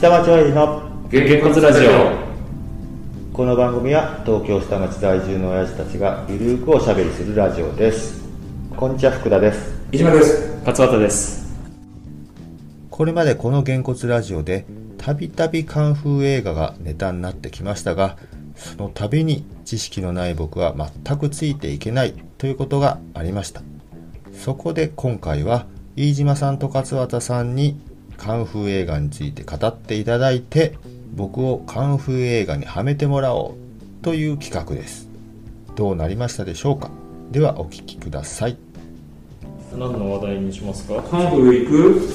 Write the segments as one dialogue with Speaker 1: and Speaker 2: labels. Speaker 1: 下町ワインの
Speaker 2: げんこつラジオ
Speaker 1: この番組は東京下町在住の親父たちがゆるーくおしゃべりするラジオですこんにちは福田です
Speaker 3: いじめです
Speaker 2: 勝俣です
Speaker 1: これまでこのげんこつラジオでたびたびカンフー映画がネタになってきましたがその度に知識のない僕は全くついていけないということがありましたそこで今回は飯島さんと勝俣さんにカンフー映画について語っていただいて僕をカンフー映画にはめてもらおうという企画ですどうなりましたでしょうかではお聞きください
Speaker 2: 何の話題にしますか
Speaker 3: カンフー行く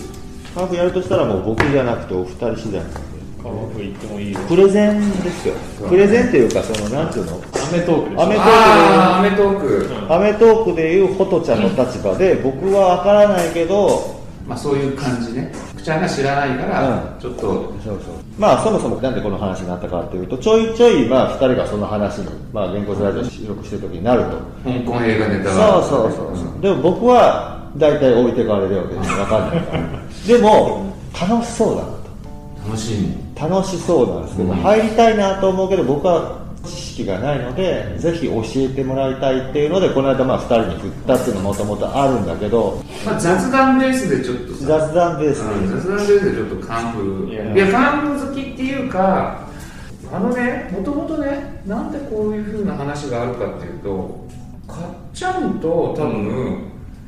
Speaker 1: カンフーやるとしたらもう僕じゃなくてお二人次第なんで
Speaker 2: カンフー行ってもいいよ
Speaker 1: プレゼンですよプレゼンというかそのなんていうの
Speaker 2: アメトークでし
Speaker 1: アメトー
Speaker 2: ょ
Speaker 1: ク
Speaker 3: あーアメトーク
Speaker 1: アメトークでいうホトちゃんの立場で僕は分からないけど
Speaker 3: まあそういう感じね福ちゃんが知らないから、
Speaker 1: うん
Speaker 3: ちょっと
Speaker 1: そうそうまあそもそもなんでこの話になったかっていうとちょいちょいまあ2人がその話にまあ原稿ラジオ収録してる時になると
Speaker 3: 香港映画ネタが
Speaker 1: そうそうそうそうでも僕は大体置いてかれるわけです分かん ないからでも楽しそうだな
Speaker 3: 楽しいね
Speaker 1: と楽しそうなんですけど、
Speaker 3: うん
Speaker 1: 入りたいなと思うけど僕は知識がないのでぜひ教えてもらいたいっていうのでこの間まあ2人に振ったっていうのもともとあるんだけど
Speaker 3: まあ、雑談ベースでちょっとさ
Speaker 1: 雑談ベース
Speaker 3: うん
Speaker 1: で
Speaker 3: 雑談ベースでちょっとカンフ
Speaker 2: いや
Speaker 3: ーいやカンフー好きっていうかあのねもともとねなんでこういうふうな話があるかっていうとかっちゃんと多分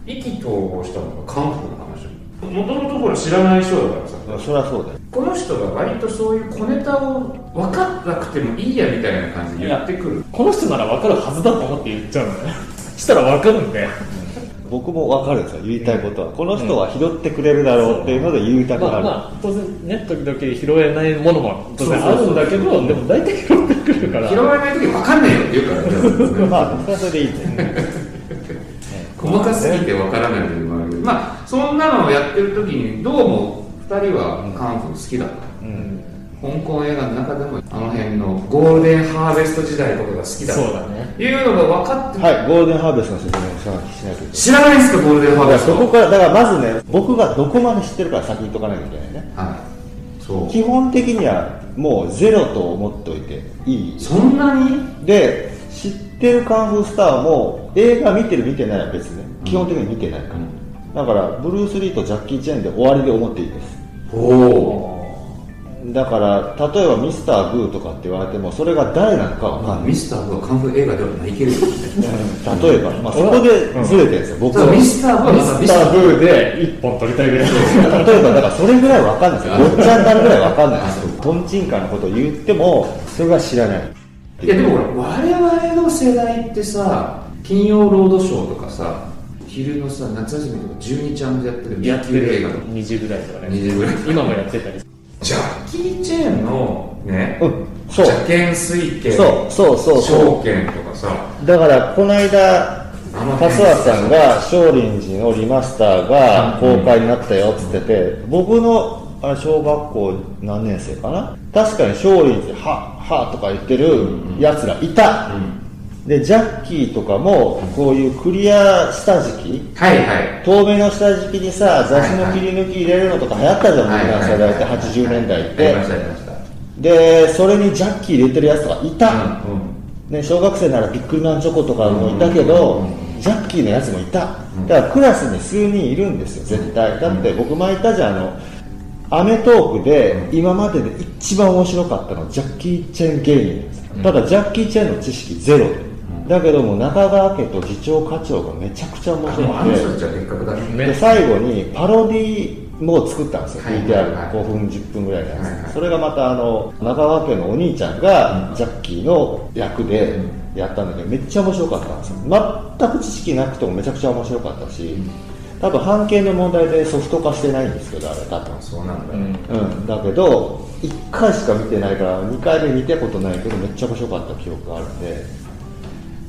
Speaker 3: 意気投合したのがカンフーの話もともとほら知らない人だからさ
Speaker 1: そりゃそうだよ
Speaker 3: この人が割とそういう小ネタを分かんなくてもいいやみたいな感じでやってくる
Speaker 2: この人なら分かるはずだと思って言っちゃうのね したら分かるんで
Speaker 1: 僕も分かるんですよ言いたいことは、この人は拾ってくれるだろうっていうので言いたくなる、
Speaker 2: まあまあ当然ね時々拾えないものも当然あるんだけ
Speaker 3: そうそうそう
Speaker 2: どでも大体拾ってくれるから
Speaker 3: 拾わない時分かんねえよって言うからね
Speaker 1: まあそれはそれでいいんだよね
Speaker 3: 細かすぎて分からない部分もあるけどまあそんなのをやってる時にどうも2人はカンフー好きだった
Speaker 2: うん
Speaker 3: 香港映画の中でもあの辺のゴールデンハーベスト時代とかが好きだ
Speaker 2: そう
Speaker 3: と
Speaker 2: だね
Speaker 3: いうのが分かって
Speaker 1: はいゴールデンハーベストの説明をさなきゃしないといけない
Speaker 3: 知らないんですかゴールデン
Speaker 1: だか
Speaker 3: ハーベ
Speaker 1: ら
Speaker 3: ス
Speaker 1: そ
Speaker 3: ト
Speaker 1: こからだからまずね僕がどこまで知ってるか先に言っとかなきゃいけないね
Speaker 3: はいそう
Speaker 1: 基本的にはもうゼロと思っておいていい
Speaker 3: そんなに
Speaker 1: で知ってるカンフースターも映画見てる見てないは別ね基本的に見てないから、だからブルース・リーとジャッキー・チェンで終わりで思っていいです
Speaker 3: おお
Speaker 1: だから例えばミスター・グーとかって言われてもそれが誰なのかわかんない、
Speaker 3: ミスターはカンフー映画ではないけれどもね
Speaker 1: 例えば、まあ、そこでずれてるんですよ、僕
Speaker 3: た
Speaker 1: は
Speaker 3: だミスターはまた
Speaker 2: ミ
Speaker 3: ミ
Speaker 2: ス
Speaker 3: ス
Speaker 2: タ
Speaker 3: タ
Speaker 2: ー
Speaker 3: ー
Speaker 2: ブーで1本取りたいぐらい
Speaker 1: 例えばだからそれぐらいわかんないですよごっちゃになるぐらいわかんないですよとんちんかのことを言ってもそれが知らない
Speaker 3: いやでもほら我々の世代ってさ金曜ロードショーとかさ昼のさ夏休みとか12ちゃんでやってる野球映画の
Speaker 2: 2時ぐらいとかね
Speaker 3: 2時ぐらい
Speaker 2: 今もやってたり
Speaker 3: ジャッキー・チェーンのね
Speaker 1: うんそう
Speaker 3: 邪剣水拳
Speaker 1: そうそうそうそう
Speaker 3: 証券とかさ
Speaker 1: だからこの間パスワさんが少林寺のリマスターが公開になったよっつってて僕のあれ小学校何年生かな確かに少林寺ははとか言ってるやつらいた、でジャッキーとかもこういうクリア下敷き
Speaker 3: はいはい
Speaker 1: 透明の下敷きにさ雑誌の切り抜き入れるのとか流行ったじゃん
Speaker 3: はい
Speaker 1: 僕らの世代って80年代っ
Speaker 3: あ
Speaker 1: て
Speaker 3: りましたありました
Speaker 1: でそれにジャッキー入れてるやつとかいた、
Speaker 3: うんうん
Speaker 1: ね、小学生ならビックリマンチョコとかもいたけど、ジャッキーのやつもいた、
Speaker 3: ん
Speaker 1: だからクラスに数人いるんですよ、絶対、だって僕、前言ったじゃん、あの、アメトークで今までで一番面白かったのはジャッキー・チェン芸人なんですよ、ただジャッキー・チェンの知識ゼロで、だけども中川家と次長課長がめちゃくちゃ面白
Speaker 3: あ
Speaker 1: く
Speaker 3: の
Speaker 1: て。
Speaker 3: 人たちは別格だね
Speaker 1: で最後にパロディも作ったんですよ、
Speaker 3: はい
Speaker 1: VTR
Speaker 3: はい
Speaker 1: 5分10分ぐらいのやつ、
Speaker 3: はいはい
Speaker 1: それがまたあの中川家のお兄ちゃんがジャッキーの役でやったんだけどめっちゃ面白かったんですよ全く知識なくてもめちゃくちゃ面白かったし、多分版権の問題でソフト化してないんですけどあれ多分
Speaker 3: そうなんだ
Speaker 2: う
Speaker 3: ね
Speaker 2: ん
Speaker 1: うん、だけど1回しか見てないから2回目見たことないけどめっちゃ面白かった記憶があるんで、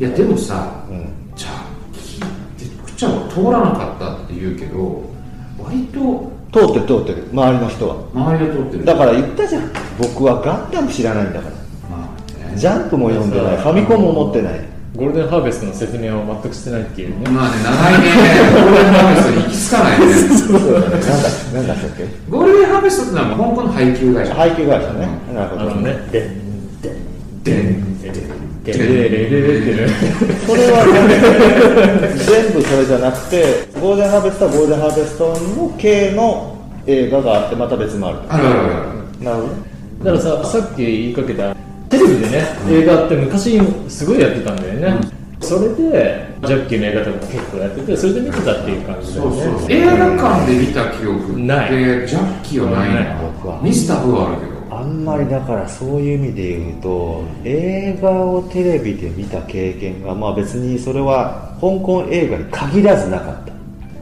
Speaker 3: いやでもさ
Speaker 1: うん、
Speaker 3: ジャッキーって福ちゃんは通らなかったって言うけど割と
Speaker 1: 通ってる通ってる周りの人は
Speaker 3: 周りが通ってる
Speaker 1: だから言ったじゃん僕はガンダム知らないんだから
Speaker 3: まあね
Speaker 1: ジャンプも読んでない、ファミコンも持ってない。
Speaker 2: ゴールデンハーベストの説明を全くしてないっていうね
Speaker 3: まあね長いねゴールデンハーベストに行きかない
Speaker 1: そ
Speaker 3: ね
Speaker 1: うだね。なんだ、なんだったっけ
Speaker 3: ゴールデンハーベストってのは香港の配給会社
Speaker 1: 配給会社ね。なる
Speaker 2: あ
Speaker 1: ほど
Speaker 2: の。ね、で、
Speaker 3: で
Speaker 2: で、で、で、で、で、で、
Speaker 1: それは全部全部それじゃなくて、ゴールデンハーベストはゴールデンハーベストの系の映画があって、また別もある
Speaker 3: あるあるあ
Speaker 1: と。なるほどね。
Speaker 2: だからさ、さっき言いかけた、テレビでね、映画って昔すごいやってたんだよね。それで、ジャッキーの映画とかも結構やってて、それで見てたっていう感じ
Speaker 3: る
Speaker 2: だよ
Speaker 3: そう
Speaker 2: ね。
Speaker 3: そうそう映画館で見た記憶って
Speaker 2: ない
Speaker 3: ジャッキーはない
Speaker 2: ない
Speaker 1: 僕は
Speaker 3: なミスターフーはあるけど
Speaker 1: あんまりだからそういう意味で言うと映画をテレビで見た経験がまあ別にそれは香港映画に限らずなかっ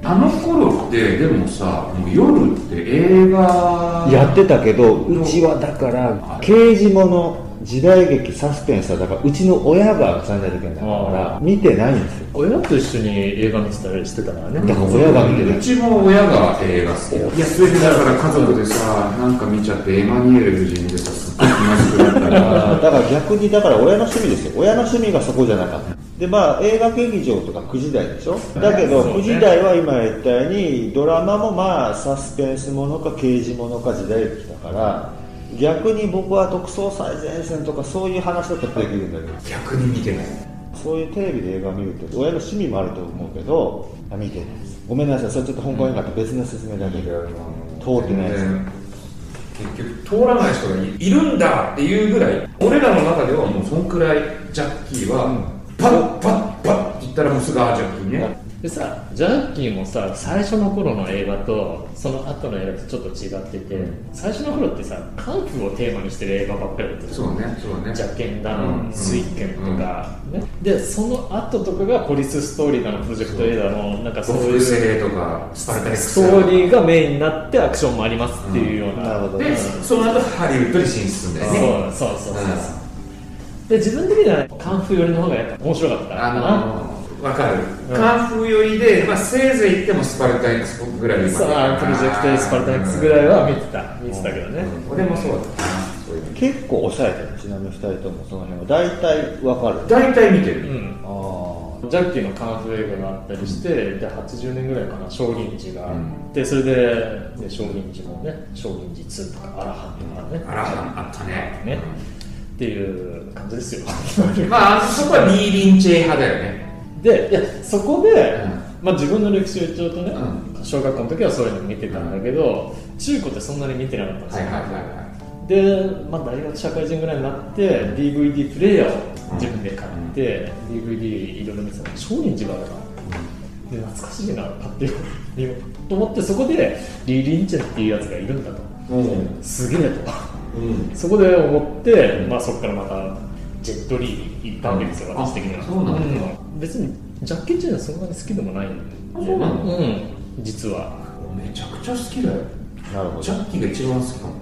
Speaker 3: あの頃ってでもさもう夜って映画
Speaker 1: たやってたけどうちはだから刑事もの時代劇サスペンスはだからうちの親がチャンネル権だから見てないんですよ
Speaker 2: 親と一緒に映画見てたりしてたからね。
Speaker 1: だから親が見てないう
Speaker 3: ちも親が映画好きいやそれでだから家族でさなんか見ちゃってエマニュエル夫人でさすっごい悲しくなった
Speaker 1: だ
Speaker 3: ら
Speaker 1: から逆にだから親の趣味ですよ親の趣味がそこじゃなかったでまあ映画劇場とか9時台でしょだけど
Speaker 2: そうね
Speaker 1: 9時台は今言ったようにドラマもまあサスペンスものか刑事ものか時代劇だから逆に僕は特捜最前線とかそういう話だったらできるんだけど
Speaker 3: 逆に見てない
Speaker 1: そういうテレビで映画見るって親の趣味もあると思うけどあ見てないですごめんなさいそれちょっと香港映画と別の説明だけど通ってないです
Speaker 3: 結局通らない人がいいるんだっていうぐらい俺らの中ではもうそんくらいジャッキーはパッパッパッって言ったらもうすぐあージャッキーね
Speaker 2: でさジャッキーもさ最初の頃の映画とその後の映画とちょっと違ってて、最初の頃ってさカンフーをテーマにしてる映画ばっかりだったじゃん
Speaker 3: そうねそうね
Speaker 2: ジャケンダ
Speaker 3: う
Speaker 2: ウ
Speaker 3: ん
Speaker 2: ン、スイッケンとか、ね、でその後とかがポリスストーリーだのプロジェクト映画のなんかそ
Speaker 3: ボ
Speaker 2: う
Speaker 3: ッ
Speaker 2: い
Speaker 3: ク
Speaker 2: う
Speaker 3: ス
Speaker 2: ス
Speaker 3: 兵とかスパルタックス
Speaker 2: トーリーがメインになってアクションもありますっていうよう
Speaker 1: な
Speaker 2: な、
Speaker 1: るほど
Speaker 3: で
Speaker 1: ね
Speaker 3: その後ハリウッドに進出するんだよね
Speaker 2: そうそうそうそう
Speaker 3: うん
Speaker 2: で自分的にはカンフー寄りの方がやっぱ面白かったか
Speaker 3: あ
Speaker 2: な、
Speaker 3: のわかる、
Speaker 2: うん
Speaker 3: カンフー寄りで、まあ、せいぜい言ってもスパルタックスぐらいまで
Speaker 2: そうあのプロジェクトエスパルタックスぐらいは見てた見てたけどね、
Speaker 3: うん俺もそうだったなそういうの
Speaker 1: 結構抑えてるちなみに2人ともその辺は大体わかる
Speaker 3: 大体見てる、
Speaker 2: うん
Speaker 1: あ
Speaker 2: ジャッキーのカンフー映画があったりして、で80年ぐらいかな少林寺があって、それで、ね、少林寺もね少林寺2とかアラハンとかね、
Speaker 3: あらあったね
Speaker 2: ねっていう感じですよ
Speaker 3: まあそこはリー・リンチェイ派だよね
Speaker 2: でいやそこで、
Speaker 3: う
Speaker 2: まあ、自分の歴史を言っちゃうとね、
Speaker 3: う
Speaker 2: 小学校の時はそういうの見てたんだけど、中高ってそんなに見てなかったんです
Speaker 3: はい
Speaker 2: よ、
Speaker 3: はいはいはい
Speaker 2: で、まあ、大学社会人ぐらいになって DVD プレイヤーを自分で買って、DVD いろいろ見てたの少林寺があるなで懐かしいな買ってみようと思ってそこでリリンチェンっていうやつがいるんだと
Speaker 3: うん
Speaker 2: すげえと
Speaker 3: うん
Speaker 2: そこで思って、まあ、そこからまたジェットリーに行ったわけですよ、
Speaker 3: あ
Speaker 2: 私的には
Speaker 3: そうなんだ
Speaker 2: うん別にジャッキー・チェンはそんなに好きでもないんで
Speaker 3: あそうなんだ
Speaker 2: うん実は
Speaker 3: めちゃくちゃ好きだよ
Speaker 1: あなるほ
Speaker 3: ジ
Speaker 1: ど
Speaker 3: ャッキーが一番好きかも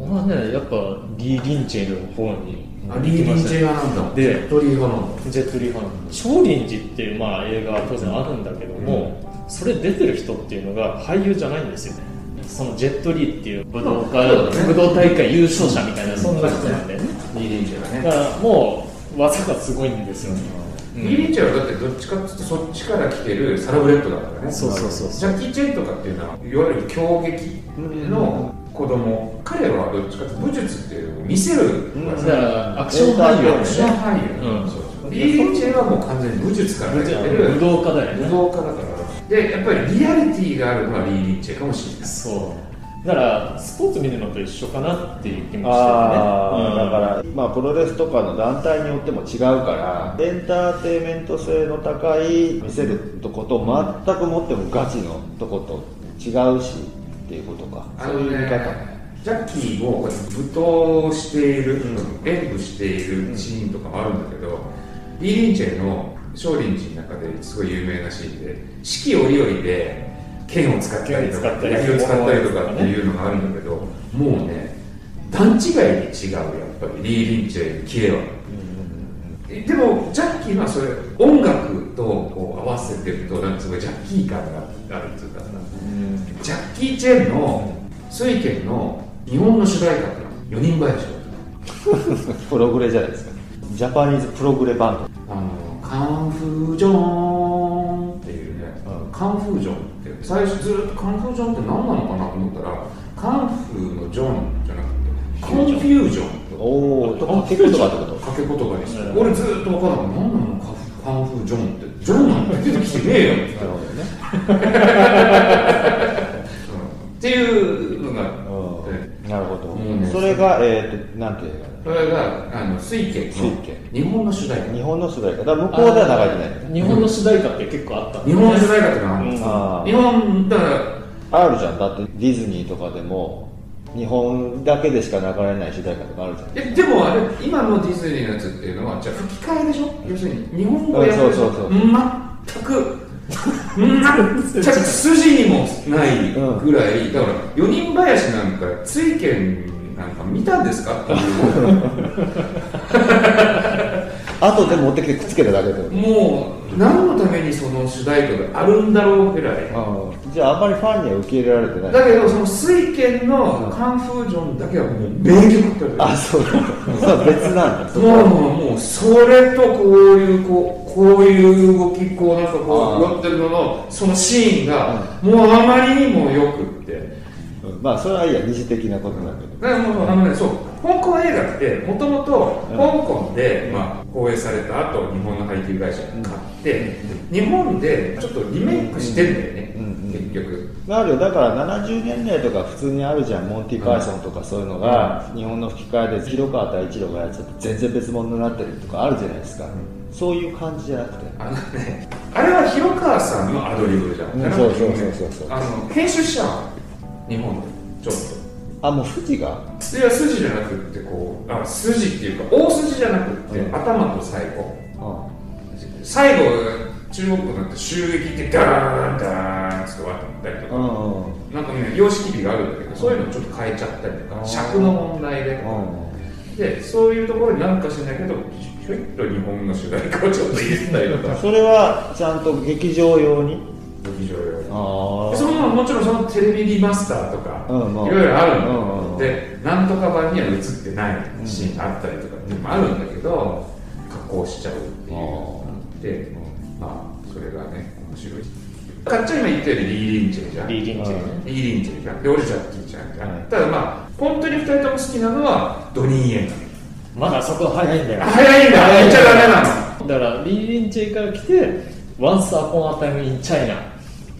Speaker 2: 俺はねやっぱリー・リンチェンの方に
Speaker 3: あリー・リンチ
Speaker 2: ェ
Speaker 3: ェイ派なんだ
Speaker 2: で
Speaker 3: ジェットリー派なんだ
Speaker 2: ジェットリー派なの少林寺っていう、まあ、映画は当然あるんだけども、それ出てる人っていうのが俳優じゃないんですよねそのジェットリーっていう武道会、
Speaker 3: そうだね
Speaker 2: 武道大会優勝者みたいなそんな人なんだよね
Speaker 3: リー・リンチェイ派
Speaker 2: だ
Speaker 3: ね
Speaker 2: からもう技がすごいんですよね、
Speaker 3: リー・リンチェイはだってどっちかっていうとそっちから来てるサラブレッドだからね
Speaker 2: そうそうそう
Speaker 3: ジャッキー・チェンとかっていうのはいわゆる強撃の子供、彼はどっちかっていうと武術っていうのを見せるから
Speaker 2: だか
Speaker 3: さ
Speaker 2: らアクション俳優
Speaker 3: アクション俳優、
Speaker 2: うん
Speaker 3: そうそうリー・リンチェンはもう完全に武術から入ってる
Speaker 2: 武道家だよ
Speaker 3: 武
Speaker 2: ね
Speaker 3: 道家だからでやっぱりリアリティがあるのはリー・リンチェンかもしれない
Speaker 2: そうだからスポーツ見るのと一緒かなっていう気もして
Speaker 1: ああ、だ
Speaker 2: ね、
Speaker 1: から、まあ、プロレスとかの団体によっても違うから、エンターテインメント性の高い、見せるとこと、全くもってもガチのとこと違うし、っていうことか。
Speaker 3: あ
Speaker 1: そう
Speaker 3: の
Speaker 1: いう見方。
Speaker 3: ねジャッキーを武闘している、演舞しているシーンとかもあるんだけど、リー・リンチェンの少林寺の中ですごい有名なシーンで四季折々で剣を使ったりとか
Speaker 2: 剣を使ったり
Speaker 3: 槍を使ったりとかっていうのがあるんだけど、もうね段違いに違うやっぱりリー・リンチェンのキレは。でもジャッキーはそれ音楽とこう合わせてるとなんかすごいジャッキー感があるっていうか、ジャッキー・チェンの水拳の日本の主題歌って4人林だっ
Speaker 1: プログレじゃないですか。ジャパニーズプログレバン
Speaker 3: たのあのカンフージョーンっていうね、
Speaker 1: うん
Speaker 3: カンフージョーンって最初ずっとカンフージョンって何なのかなと思ったらカンフーのジョンじゃなくてコンフュージョンと
Speaker 1: おお、とかけ言葉ってこと
Speaker 3: 掛け言葉にして、
Speaker 2: うん
Speaker 3: 俺ずっと分からなかった何なのカンフカンフージョンってジョンなんて出てきてねえよって言
Speaker 1: な
Speaker 3: った
Speaker 1: る
Speaker 3: ら
Speaker 1: ほどね。
Speaker 3: うんっていうのがあって。
Speaker 1: うんなるほど
Speaker 3: うん。
Speaker 1: それが、えっと、なんていう映画だ
Speaker 3: それが、あの、水家
Speaker 1: 水
Speaker 3: の
Speaker 1: 家
Speaker 3: 日本の主題歌。
Speaker 1: 日本の主題歌。だから向こうでは流れてないよね。
Speaker 2: 日本の主題歌って結構あったんで
Speaker 3: 日本の主題歌ってのはあるんですよ
Speaker 1: あ
Speaker 3: 日本、だから、
Speaker 1: あ、あるじゃん。だってディズニーとかでも、日本だけでしか流れない主題歌とかあるじゃん。
Speaker 3: えでもあれ、今のディズニーのやつっていうのは、じゃあ吹き替えでしょ要するに、日本語訳
Speaker 1: うん
Speaker 3: でし
Speaker 1: そう
Speaker 3: ょ
Speaker 1: そうそう
Speaker 3: 全く、全く筋にもないぐらい、だから、四人林なんか、追見なんか見たんですかっていう。
Speaker 1: 後で持ってきてくっつけただけだよね。
Speaker 3: もう、何のためにその主題歌があるんだろうぐらい。
Speaker 1: うんじゃああんまりファンには受け入れられてない。
Speaker 3: だけど、その水拳のカンフージョンだけはもう名曲って言わ
Speaker 1: あ、
Speaker 3: れ
Speaker 1: そうなんだ。そう別なんだ。
Speaker 3: てるもう、もう、もう、それとこういう、こう、こういう動き、こう、なんかこ
Speaker 1: あ
Speaker 3: う、
Speaker 1: ー
Speaker 3: やってるのの、そのシーンが、もうあまりにもよくって。
Speaker 1: うんまあ、それはいいや、二次的なことなんだけど。
Speaker 3: だからもう、あのね、そう、香港映画って、もともと、
Speaker 1: うん
Speaker 3: 香港で、まあ、放映された後、日本の配給会社が買って、日本で、ちょっとリメイクしてんだよね
Speaker 1: うんうん、
Speaker 3: 結局。
Speaker 1: あるよだから70年代とか普通にあるじゃんモンティ・パイソンとかそういうのが、日本の吹き替えで広川太一郎がやっちゃって全然別物になってるとかあるじゃないですか、そういう感じじゃなくて
Speaker 3: あのね、あれは広川さんのアドリブじゃん。
Speaker 1: うんそうそうそうそうそう
Speaker 3: あの編集しちゃう日本でちょっ
Speaker 1: あもう筋が
Speaker 3: と。いや筋じゃなくってこうあ筋っていうか大筋じゃなくって、
Speaker 1: うん
Speaker 3: 頭と最後。
Speaker 1: う
Speaker 3: 最後中国語なんて襲撃ってダーンダーンって終わったりとか。
Speaker 1: んうん
Speaker 3: なんかね、様式美があるんだけど、そういうのをちょっと変えちゃったりと
Speaker 1: あー
Speaker 3: か、尺の問題で、
Speaker 1: う
Speaker 3: で、そういうところになんかしないけど、ひょいっと日本の主題歌をちょっと入れたり と
Speaker 1: ん
Speaker 3: か、
Speaker 1: それはちゃんと劇場用に
Speaker 3: 劇場用に
Speaker 1: あ
Speaker 3: そのもちろんそのテレビリマスターとか、
Speaker 1: うんうん
Speaker 3: いろいろあるんだけど
Speaker 1: うんうん
Speaker 3: でなんとか版には映ってないシーンあったりとかっていうのもあるんだけど、加工しちゃうっていうので、まあそれがね面白いかっちゃん今言ったようにリー・リンチェルじゃん
Speaker 2: リー・リンチェルね
Speaker 3: リー・リンチェルじゃんで俺ジャッキーちゃんじゃん、
Speaker 1: はい
Speaker 3: ただまあ本当に2人とも好きなのはドニー・イエンなの
Speaker 2: まだそこ早いんだよ
Speaker 3: 早いんだ早いちゃダメなの
Speaker 2: だからリー・リンチェイから来て「Once Upon a Time in China」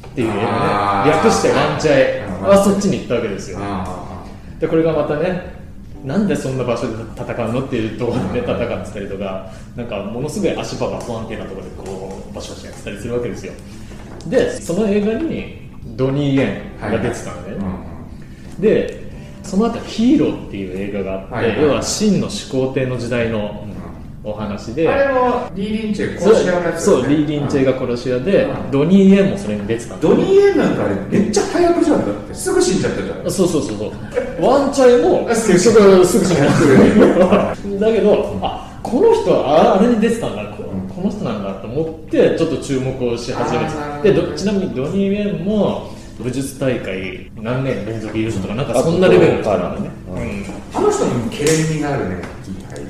Speaker 2: っていう映画
Speaker 3: あ
Speaker 2: ね
Speaker 3: ー
Speaker 2: 略して「ワンチャイ
Speaker 3: あ」ー
Speaker 2: はそっちに行ったわけですよ
Speaker 3: あ
Speaker 2: でこれがまたねなんでそんな場所で戦うのっていうところで戦ってたりとかなんかものすごい足場が不安定なところでこうバシバシやってたりするわけですよでその映画にドニー・イエン
Speaker 3: あ
Speaker 2: が出てたのね、
Speaker 3: うんうん
Speaker 2: でその後ヒーロー」っていう映画があって、
Speaker 3: はいはい
Speaker 2: 要は真の始皇帝の時代のお話で、
Speaker 3: あれもリー・リンチェル
Speaker 2: そ
Speaker 3: 殺し屋のや
Speaker 2: う
Speaker 3: つ
Speaker 2: そうリー・リンチェが殺し屋で、
Speaker 3: うん
Speaker 2: ドニー・イエンもそれに出てたの
Speaker 3: ドニー・エンなんかあれめっちゃ早くじゃんだってすぐ死んじゃったじゃん
Speaker 2: そうそうそうそうワンチャイも
Speaker 3: あ
Speaker 2: す
Speaker 3: す
Speaker 2: ぐ
Speaker 3: ぐ
Speaker 2: すぐ死ぬ だけどあこの人はああれに出てたんだこ
Speaker 3: うん
Speaker 2: この人なんだと思ってちょっと注目をし始めて
Speaker 3: あ
Speaker 2: たで
Speaker 3: ー
Speaker 2: どちなみにドニー・イエンも武術大会何年連続優勝とかなんかそんなレベルの人なんだね、
Speaker 1: あそう
Speaker 2: うん
Speaker 3: あの人もケレン味があるねいい俳優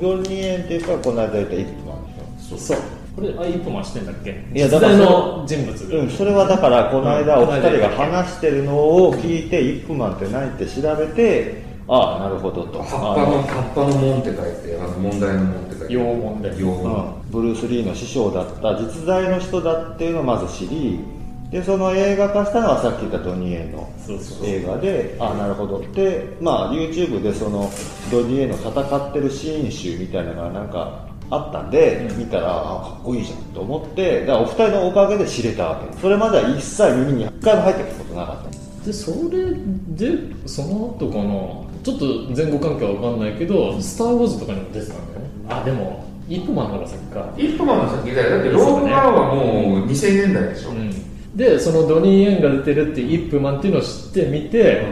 Speaker 1: ドニーエンっていうかこの間言った一歩もあるでし
Speaker 2: そうこれあ一歩回してんだっけ
Speaker 1: いや
Speaker 2: 実
Speaker 1: だから
Speaker 2: 在の人物
Speaker 1: ょ、うん、それはだからこの間
Speaker 2: う
Speaker 1: お
Speaker 2: ん
Speaker 1: 二人が話してるのを聞いて、イップマンって何って調べてああなるほどと
Speaker 3: 葉っぱの葉っぱの門って書いてあの問題の門って書いて
Speaker 2: 羊文だよ
Speaker 3: 羊文
Speaker 1: うんブルース・リーの師匠だった実在の人だっていうのをまず知りでその映画化したのはさっき言ったドニエの
Speaker 2: そうそう
Speaker 1: 映画であなるほどで、まあ、YouTube でそのドニエの戦ってるシーン集みたいなのがなんかあったんで、見たらあかっこいいじゃんと思ってだからお二人のおかげで知れたわけそれまでは一切耳に一回も入ってくることなかった
Speaker 2: でそれでその後かなちょっと前後関係は分かんないけど「スター・ウォーズ」とかにも出てたんだよねあでもイップマンの方が先か
Speaker 3: 一歩間の先だよだってローグワンはもう2000年代でしょ、
Speaker 2: うんでそのドニー・イエンが出てるっていうイップマンっていうのを知ってみて、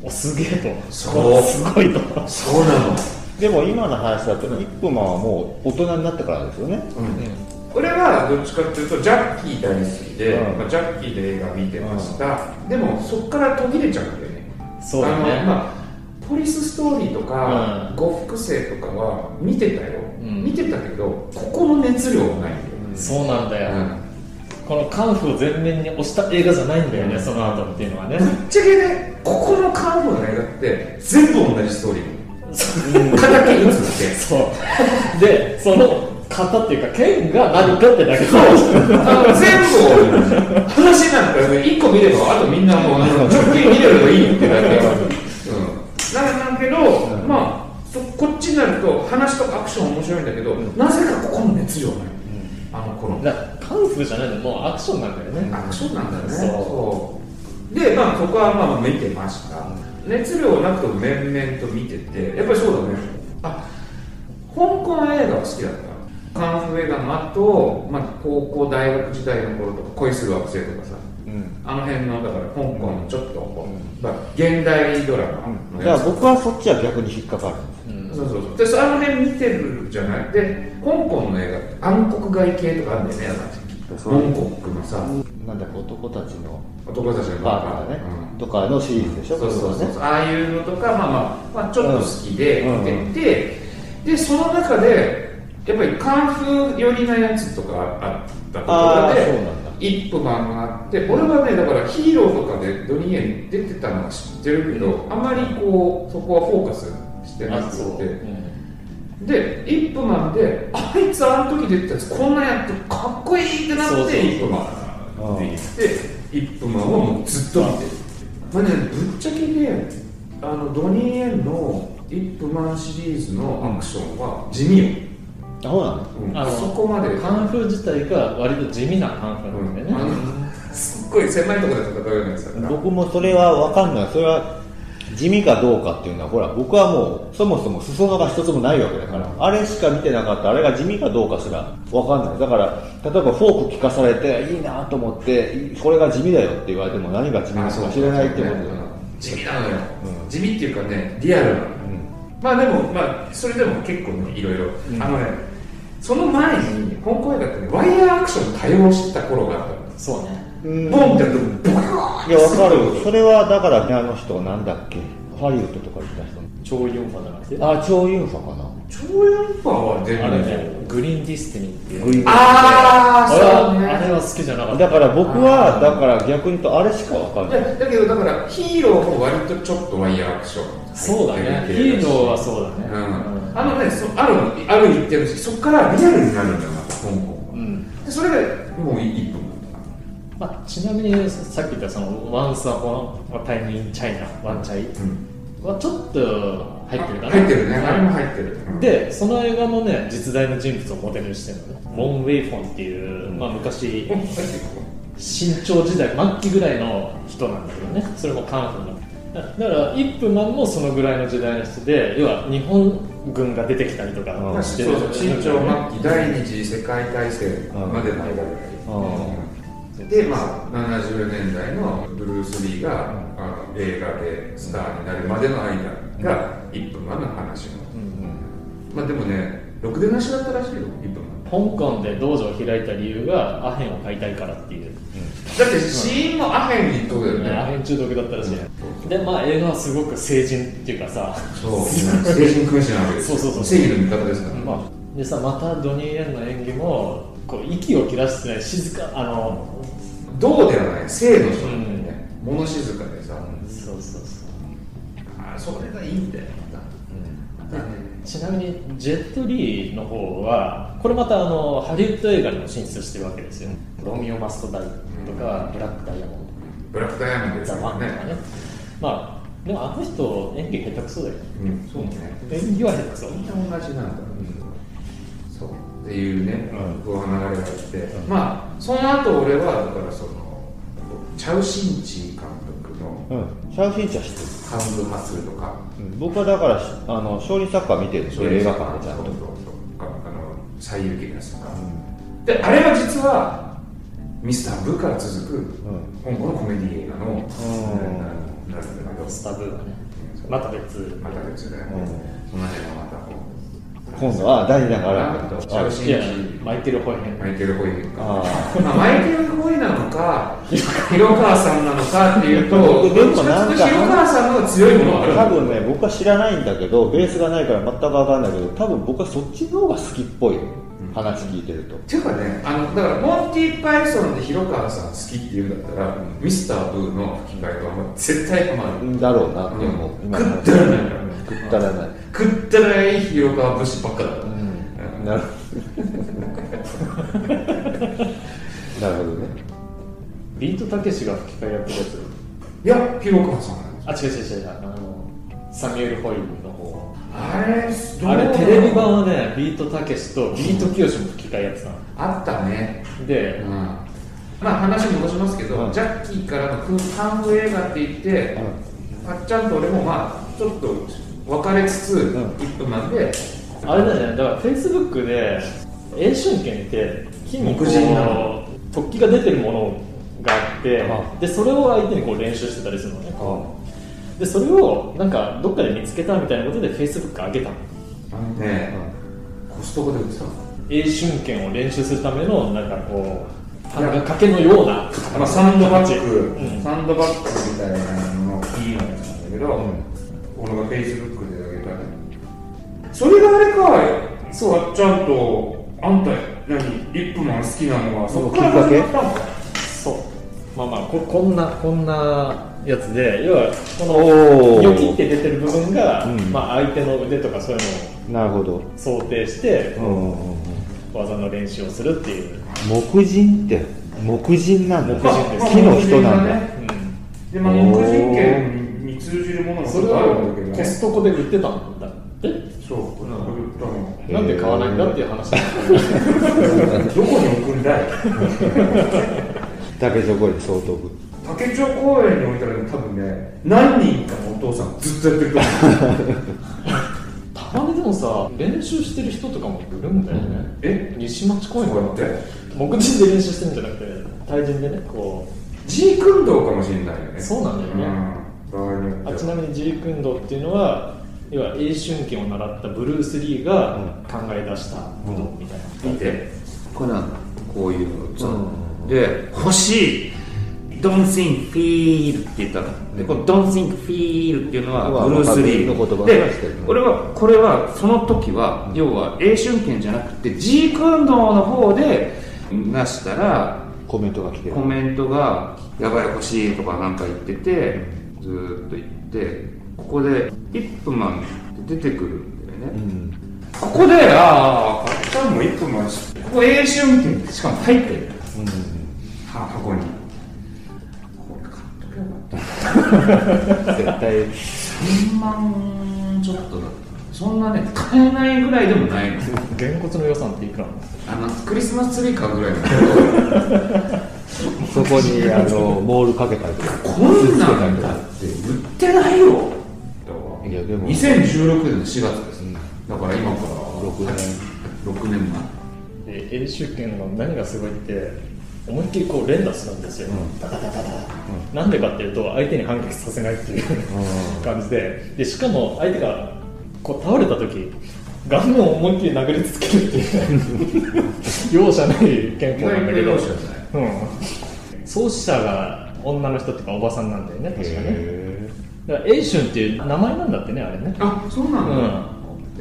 Speaker 2: おすげえと
Speaker 3: そう
Speaker 2: おすごいと
Speaker 3: そうなの
Speaker 1: でも今の話だとイップマンはもう大人になってからですよね
Speaker 3: 俺はどっちかっていうとジャッキー大好きで、
Speaker 1: うん
Speaker 3: まあ、ジャッキーで映画見てました、でもそこから途切れちゃうんだよね
Speaker 2: そうだね
Speaker 3: あのまあ、ポリスストーリーとか、
Speaker 2: うん
Speaker 3: 呉服生とかは見てたよ、
Speaker 2: うん
Speaker 3: 見てたけどここの熱量はないんだよ、
Speaker 2: そうなんだよ、
Speaker 3: うん
Speaker 2: このカンフーを全面に押した映画じゃないんだよね、その後っていうのはね
Speaker 3: ぶっちゃけねここのカーブの映画って全部同じストーリー敵に移って
Speaker 2: そうでその型っていうか剣が何かってだけ
Speaker 3: あの全部同じ話なんか1個見ればあとみんなもうなんか直近見ればいいってだけ、うん、なんだけど、まあそこっちになると話とアクション面白いんだけど、なぜかここの熱量ない、あの頃
Speaker 2: だからカンフーじゃないのもうアクションなんだよね、
Speaker 3: アクションなんだよね
Speaker 2: そう
Speaker 3: そうでまあそこはまあ見てました熱量なくとも面々と見ててやっぱりそうだねあ香港映画は好きだったカンフー映画の後、まあ、高校大学時代の頃とか恋する惑星とかさ
Speaker 4: うん
Speaker 3: あの辺のだから香港のちょっとこう、まあ、現代ドラマの
Speaker 4: だか
Speaker 3: や
Speaker 4: ら
Speaker 3: つ
Speaker 4: 僕はそっちは逆に引っかかる
Speaker 2: うん
Speaker 3: そうそうそうでそあの辺見てるじゃないで香港の映画って暗黒街系とかあるんだよねなんか
Speaker 4: そ
Speaker 3: 香
Speaker 4: う
Speaker 3: 港のさ
Speaker 4: なんだか男たちの
Speaker 3: 男たちの
Speaker 4: パークだね、とかのシリーズでし
Speaker 3: そ
Speaker 4: ょ
Speaker 3: うそう
Speaker 4: これ
Speaker 3: そ
Speaker 4: はね
Speaker 3: うああいうのとか、まあまあまあ、ちょっと好きで
Speaker 4: うん
Speaker 3: 見てて、でその中でやっぱりカンフー寄りなやつとかあったと
Speaker 4: ああ
Speaker 3: こ
Speaker 4: そう
Speaker 3: ろで
Speaker 4: なんだ
Speaker 3: 一歩漫があって俺はねだからヒーローとかでドニエに出てたのは知ってるけど、あまりこうそこはフォーカスしてな
Speaker 2: あ
Speaker 3: く
Speaker 2: そう、
Speaker 3: てで一歩マンであいつあの時出てたやつこんなんやってかっこいいってな
Speaker 2: そうそう
Speaker 3: っ
Speaker 2: そう
Speaker 3: て一歩マン
Speaker 4: うん
Speaker 3: で一分マンはもうずっと見てる、まあね、ぶっちゃけねあのドニー・エンの一分マンシリーズのアクションは地味
Speaker 4: あ
Speaker 3: よ、
Speaker 4: そうなの
Speaker 3: うん
Speaker 2: あの
Speaker 3: そこまで、
Speaker 2: カンフー自体が割と地味なカンフーなんだよ
Speaker 3: うんあ
Speaker 2: ね、
Speaker 3: のすっごい狭いところで戦うようなやつだから
Speaker 4: 僕もそれは分かんないそれは地味かどうかっていうのはほら僕はもうそもそも裾野が一つもないわけだからあれしか見てなかったあれが地味かどうかすら分かんないだから例えばフォーク聞かされていいなと思ってこれが地味だよって言われても何が地味なのか知らないってことだよ
Speaker 3: 地味なのよ、
Speaker 4: うん
Speaker 3: 地味っていうかねリアルなの
Speaker 4: うん
Speaker 3: まあでも、まあ、それでも結構ねいろいろ、あのねその前に香港映画ってねワイヤーアクション多用した頃があったの
Speaker 2: そうね
Speaker 4: うん
Speaker 3: ボンってやるとボカーン
Speaker 4: いや分かるそれはだからねあの人なんだっけハリウッドとか行った人
Speaker 2: 超音波じゃなくて
Speaker 4: あ超ユンファかな
Speaker 3: 超音波は出
Speaker 2: あ
Speaker 3: る
Speaker 2: れ
Speaker 3: ね
Speaker 2: ねグリーンディスティニーっていう
Speaker 4: グリーン
Speaker 3: あ
Speaker 2: 俺は
Speaker 3: ーそうね
Speaker 2: あれは好きじゃなかった
Speaker 4: だから僕はだから逆に言うとあれしか分かんない
Speaker 3: だだけどだからヒーローも割とちょっとワイヤーアクション
Speaker 2: そうだねヒーローはそうだね
Speaker 3: うんあのねそあるある言ってるしそこからリアルになるんだよまた香港は
Speaker 2: うん
Speaker 3: でそれがもう1分だっ
Speaker 2: まあ、ちなみにさっき言ったその「Once Upon a Time in China」「ワンチャイ
Speaker 3: た、うん」
Speaker 2: はちょっと入ってるかな
Speaker 3: 入ってるねあれも入ってる、うん
Speaker 2: でその映画もね実在の人物をモデルにしてるのねウォン・ウェイフォンっていう、まあ、昔新潮時代末期ぐらいの人なんだけどねそれもカンフーのだだからイップマンもそのぐらいの時代の人で要は日本軍が出てきたりとか
Speaker 4: うん
Speaker 2: し
Speaker 3: そ
Speaker 2: て
Speaker 3: う
Speaker 2: る、
Speaker 3: そう新潮末期第二次世界大戦までの間ぐらい、
Speaker 2: うん
Speaker 3: でまあ70年代のブルース・リーが、あの映画でスターになるまでの間が一分間の話の、まあでもねろくでなしだったらしいよ一分間
Speaker 2: 香港で道場を開いた理由がアヘンを買いたいからっていう
Speaker 3: だって死因もアヘンにとだよ
Speaker 2: ア
Speaker 3: ね、
Speaker 2: ヘン中毒だったらしいね、でまあ映画はすごく成人っていうかさ、
Speaker 3: そう精神君子なわけです
Speaker 2: そうそうそう
Speaker 3: 正義の味方ですから、
Speaker 2: まあ、でさまたドニー・イエンの演技もこう息を切らしてない静かあの
Speaker 3: どうではない性の人なんだよね、物静かでさ、
Speaker 2: そうそうそう
Speaker 3: あそれがいいんだよまた
Speaker 2: ちなみにジェット・リーの方はこれまたあのハリウッド映画にも進出してるわけですよ「ロミオ・マスト・ダイ」とか「ブラック・ダイヤモン
Speaker 3: ブラックダイヤモンド
Speaker 2: ド」「
Speaker 3: です
Speaker 2: ザ・
Speaker 3: も
Speaker 2: ワン」
Speaker 3: ん
Speaker 2: と
Speaker 3: ね
Speaker 2: かねまあでもあの人演技下手くそだよね
Speaker 3: うんそうね
Speaker 2: 演技は下手くそ
Speaker 3: みんな同じなんだ、そうっていうね、
Speaker 4: うん
Speaker 3: 僕は流れがあって、まあその後俺はだからそのチャウ・シンチー監督の
Speaker 4: うんシャウシンチャ知ってる
Speaker 3: 「カウンド・ハッスル」とか
Speaker 4: うん僕はだからしあの少林サッカー見てるん
Speaker 3: 「
Speaker 4: です
Speaker 3: そ
Speaker 4: よ
Speaker 3: れ
Speaker 4: 映画館でちゃん
Speaker 3: と
Speaker 4: と
Speaker 3: かあの「最優記」ですとか、であれが実はミスター・ブーから続く
Speaker 4: うん
Speaker 3: 香港のコメディ映画の、なんだけど
Speaker 2: スタブーがねまた別
Speaker 3: また別だよね、
Speaker 4: うん
Speaker 3: その辺はまたこう
Speaker 4: 今度は第二弾があるんだ
Speaker 3: チャウ・シン
Speaker 2: い
Speaker 3: チ
Speaker 2: や
Speaker 3: ー
Speaker 2: マイケル・ホイヘン
Speaker 3: マイケル・ホイルか、
Speaker 4: あ
Speaker 3: まあ、マイケル・ホイなのか、広川さんなのかっていうと、
Speaker 4: 僕でもなんか
Speaker 3: どっちかっていうと広川さんの方が強いものがある
Speaker 4: 多分ね僕は知らないんだけどベースがないから全く分かんないけど多分僕はそっちの方が好きっぽい話聞いてると
Speaker 3: っていうかねあのだからモンティ・パイソンで広川さん好きって言うんだったら、ミスター・ブーの吹き替えはもう絶対ハマる、
Speaker 4: だろうなって思う、
Speaker 3: うん、
Speaker 4: 今
Speaker 3: く
Speaker 4: の
Speaker 3: っ
Speaker 4: 話
Speaker 3: たらないか
Speaker 4: くったらない、
Speaker 3: らくったらない広川節ばっかだから、うん
Speaker 4: なるなるほどね
Speaker 2: ビートたけしが吹き替えやってるやつ
Speaker 3: いや広川さんなんです
Speaker 2: あ違う違う違う違うあのサミュエル・ホイルの方
Speaker 3: あれどう
Speaker 2: あれテレビ版はねビートたけしとビートきよしも吹き替えやってたの
Speaker 3: あったね
Speaker 2: で、
Speaker 3: うんまあ話戻しますけど、
Speaker 4: うん
Speaker 3: ジャッキーからのカンフー映画って言って、あっちゃんと俺もまあちょっと別れつつ
Speaker 4: ん
Speaker 3: 1分なんで、
Speaker 2: あれだよね、だからフェイスブックで、永春券って、金にこう
Speaker 3: 木人なの
Speaker 2: 突起が出てるものがあって
Speaker 4: あ、
Speaker 2: でそれを相手にこう練習してたりするのね、でそれをなんかどっかで見つけたみたいなことで、フェイスブック上げたの、
Speaker 3: あのね、コストコで売ってたの
Speaker 2: 永春券を練習するための、なんかこう、半掛けのような、
Speaker 3: まあ、サンドバッグ、
Speaker 2: うん
Speaker 3: サンドバッグみたいなののいいのやつなんだけど、俺がフェイスブックであげたねそれがあれかそうあっちゃんとあんた何リップマン好きなのはそっから始まったんだ
Speaker 2: そう、まあまあこ、こんな、こんなやつで、要は、こ
Speaker 4: お
Speaker 2: の、
Speaker 4: ー
Speaker 2: よきって出てる部分が、
Speaker 4: うん
Speaker 2: まあ、相手の腕とかそういう
Speaker 4: なるほど、
Speaker 2: のを想定して、
Speaker 4: うんうんうん、
Speaker 2: 技の練習をするっていう、
Speaker 4: 木人って木人なんだ
Speaker 2: 木人です
Speaker 4: 木の人なん
Speaker 3: まあ
Speaker 4: だ
Speaker 3: まあでまあ
Speaker 4: おー
Speaker 3: 木人権に通じるものがち
Speaker 2: そ
Speaker 3: ょっ
Speaker 2: れ
Speaker 3: とあるんだけ
Speaker 2: を
Speaker 3: ど
Speaker 2: コス
Speaker 3: ね
Speaker 2: トコで売ってたんだって
Speaker 3: そうこれ売ったの
Speaker 2: なんで買わないんだっていう話だったよね
Speaker 3: どこに置くんだい
Speaker 4: 竹所に相当ぶ
Speaker 3: 竹町公園に置いたらね多分ね何人かのお父さんずっとやってると思う
Speaker 2: たまにでもさ練習してる人とかもいるんだよね
Speaker 3: え
Speaker 2: 西町公園
Speaker 3: こ
Speaker 2: か
Speaker 3: う
Speaker 2: な
Speaker 3: やって
Speaker 2: 目人で練習してるんじゃなくて対人でねこ
Speaker 3: G 君道かもしれないよね
Speaker 2: うそうなんだよね、
Speaker 3: うん場合によっては
Speaker 2: あちなみにジークンドーっていうのは要は英春拳を習ったブルース・リーが考え出したことみたいな、
Speaker 3: 見てこれなんだこういうの
Speaker 4: うん
Speaker 3: で欲しい Don't think feel って言ったのでこの Don't think feel っていうの
Speaker 4: うわ
Speaker 3: はブルース・リー
Speaker 4: わかるの言葉が
Speaker 3: で
Speaker 4: してるね
Speaker 3: 俺はこれはその時は、要は英春拳じゃなくて G 運動の方でなしたら
Speaker 4: コメントが来てる
Speaker 3: コメントが「やばい欲しい」とかなんか言っててずーっと言ってここで「イップマン」って出てくるんだよね、
Speaker 4: うん
Speaker 3: ここで、ああ、買っちゃうも1分前し、ここ永春券ってしかも入ってる。は箱に。これ買っとけばよかっ
Speaker 4: 絶対
Speaker 3: た。3万ちょっとだった。そんなね、買えないぐらいでもないの。
Speaker 2: げんこつの予算っていくらなの
Speaker 3: あの、クリスマスツリー買うぐらいの。
Speaker 4: そこにあの モールかけたりとか
Speaker 3: こんなんだって売ってないよ。
Speaker 4: いやでも
Speaker 3: 2016年の4月です、だから今から
Speaker 4: 6年
Speaker 3: 6年前
Speaker 2: で演習権の何がすごいって思いっきりこう連打するんですよ、ダダダダダなんでかっていうと相手に反撃させないっていう 感じででしかも相手がこう倒れた時顔面を思いっきり殴り続けるっていう容赦ない拳法なんだけど
Speaker 3: 意外と容赦ない
Speaker 2: うん、創始者が女の人とかおばさんなんだよね確かね
Speaker 4: へ
Speaker 2: だから英春っていう名前なんだってねあれね
Speaker 3: あそうなん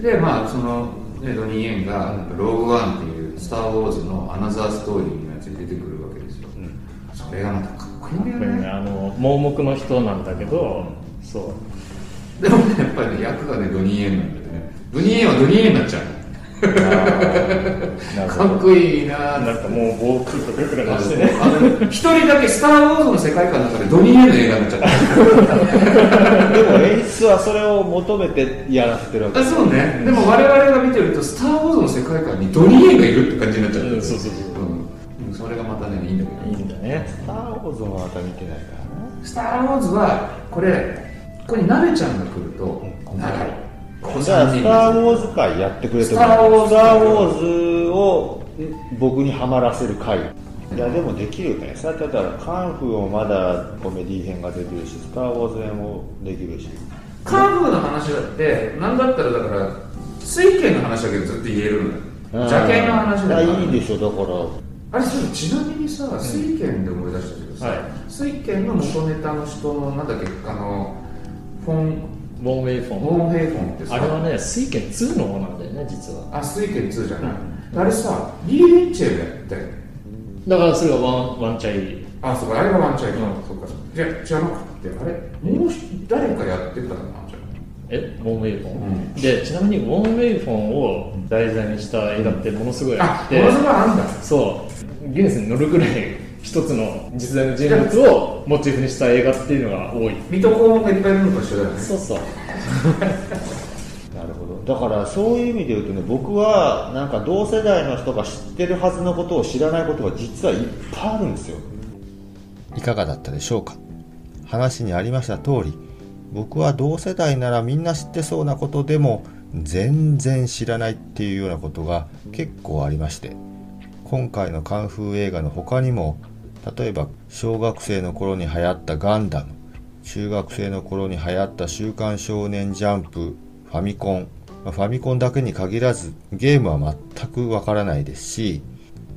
Speaker 3: だ、でまあその、ね、ドニー・イエンが「ローグ・ワン」っていう「スター・ウォーズ」のアナザーストーリーのやつに出てくるわけですよ、それがまたかっこいいんだよね
Speaker 2: あの盲目の人なんだけどそう
Speaker 3: でもねやっぱりね役がねドニー・イエンなんだよねドニー・イエンはドニー・イエンになっちゃう
Speaker 4: ーなる
Speaker 3: か
Speaker 4: ほ
Speaker 3: っ
Speaker 4: ど
Speaker 3: こいいなぁ
Speaker 2: なんかもう棒クルとくるくる
Speaker 3: あ
Speaker 2: 回してね
Speaker 3: の一人だけ「スター・ウォーズ」の世界観の中でドニー・イエンの映画になっちゃった
Speaker 4: でも演出はそれを求めてやらせてるわけ
Speaker 3: あそうね、でも我々が見てると「スター・ウォーズ」の世界観にドニー・イエンがいるって感じになっちゃう、
Speaker 2: うんそうそうそ
Speaker 3: うんうんそれがまたねいいんだけど
Speaker 2: いいんだね
Speaker 4: スター・ウォーズもまた見てないからね
Speaker 3: スター・ウォーズはこれここに鍋ちゃんが来ると長いここ
Speaker 4: じゃあ、
Speaker 3: 3
Speaker 4: ス
Speaker 3: 人
Speaker 4: ター・ウォーズ会やってくれても
Speaker 3: スターウォーズ
Speaker 4: スターウォーズを僕にはまらせる会。いや、でもできるよね。さて、だから、カンフーもまだコメディ編ができるし、スター・ウォーズ編もできるし。
Speaker 3: カーブの話だって何だったらだから水拳の話だけどずっと言えるのよ邪剣の話だ
Speaker 4: い
Speaker 3: から
Speaker 4: やいいでしょ、だから。
Speaker 3: あれそうちなみにさ水拳で思い出したけど
Speaker 2: はい
Speaker 3: さ水拳の元ネタの人のなんだっけあのフォン
Speaker 2: ボンウェイフォン
Speaker 3: モンヘイフォンってさ
Speaker 2: あれはね水拳2の方なんだよね実は
Speaker 3: あ水拳2じゃない、あれさリー・レイチェルやったよね
Speaker 2: だからそれがワンワンチャイ
Speaker 3: あそうかあれがワンチャイか、
Speaker 2: うん
Speaker 3: そうかじゃじゃなくてあれもうひ誰かやってたのなんじゃ
Speaker 2: えウォンウェイフォン、
Speaker 3: うん
Speaker 2: でちなみにウォンウェイフォンを題材にした映画ってものすごいあ
Speaker 3: あ
Speaker 2: って、
Speaker 3: ものすごいあんだ
Speaker 2: そうギネスに乗るぐらい一つの実在の人物をモチーフにした映画っていうのが多い
Speaker 3: 水戸黄門がいっぱいいるのと一緒だよね
Speaker 2: そうそう
Speaker 4: なるほどだからそういう意味で言うとね僕はなんか同世代の人が知ってるはずのことを知らないことが実はいっぱいあるんですよ
Speaker 1: いかがだったでしょうか話にありました通り僕は同世代ならみんな知ってそうなことでも全然知らないっていうようなことが結構ありまして今回のカンフー映画の他にも例えば小学生の頃に流行ったガンダム中学生の頃に流行った「週刊少年ジャンプ」ファミコンまあファミコンだけに限らずゲームは全くわからないですし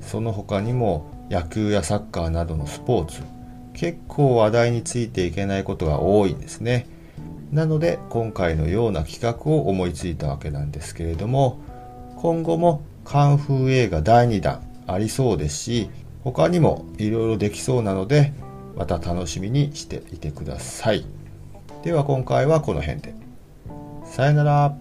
Speaker 1: その他にも野球やサッカーなどのスポーツ結構話題についていけないことが多いんですねなので今回のような企画を思いついたわけなんですけれども今後もカンフー映画第2弾ありそうですし他にもいろいろできそうなのでまた楽しみにしていてくださいでは今回はこの辺でさよなら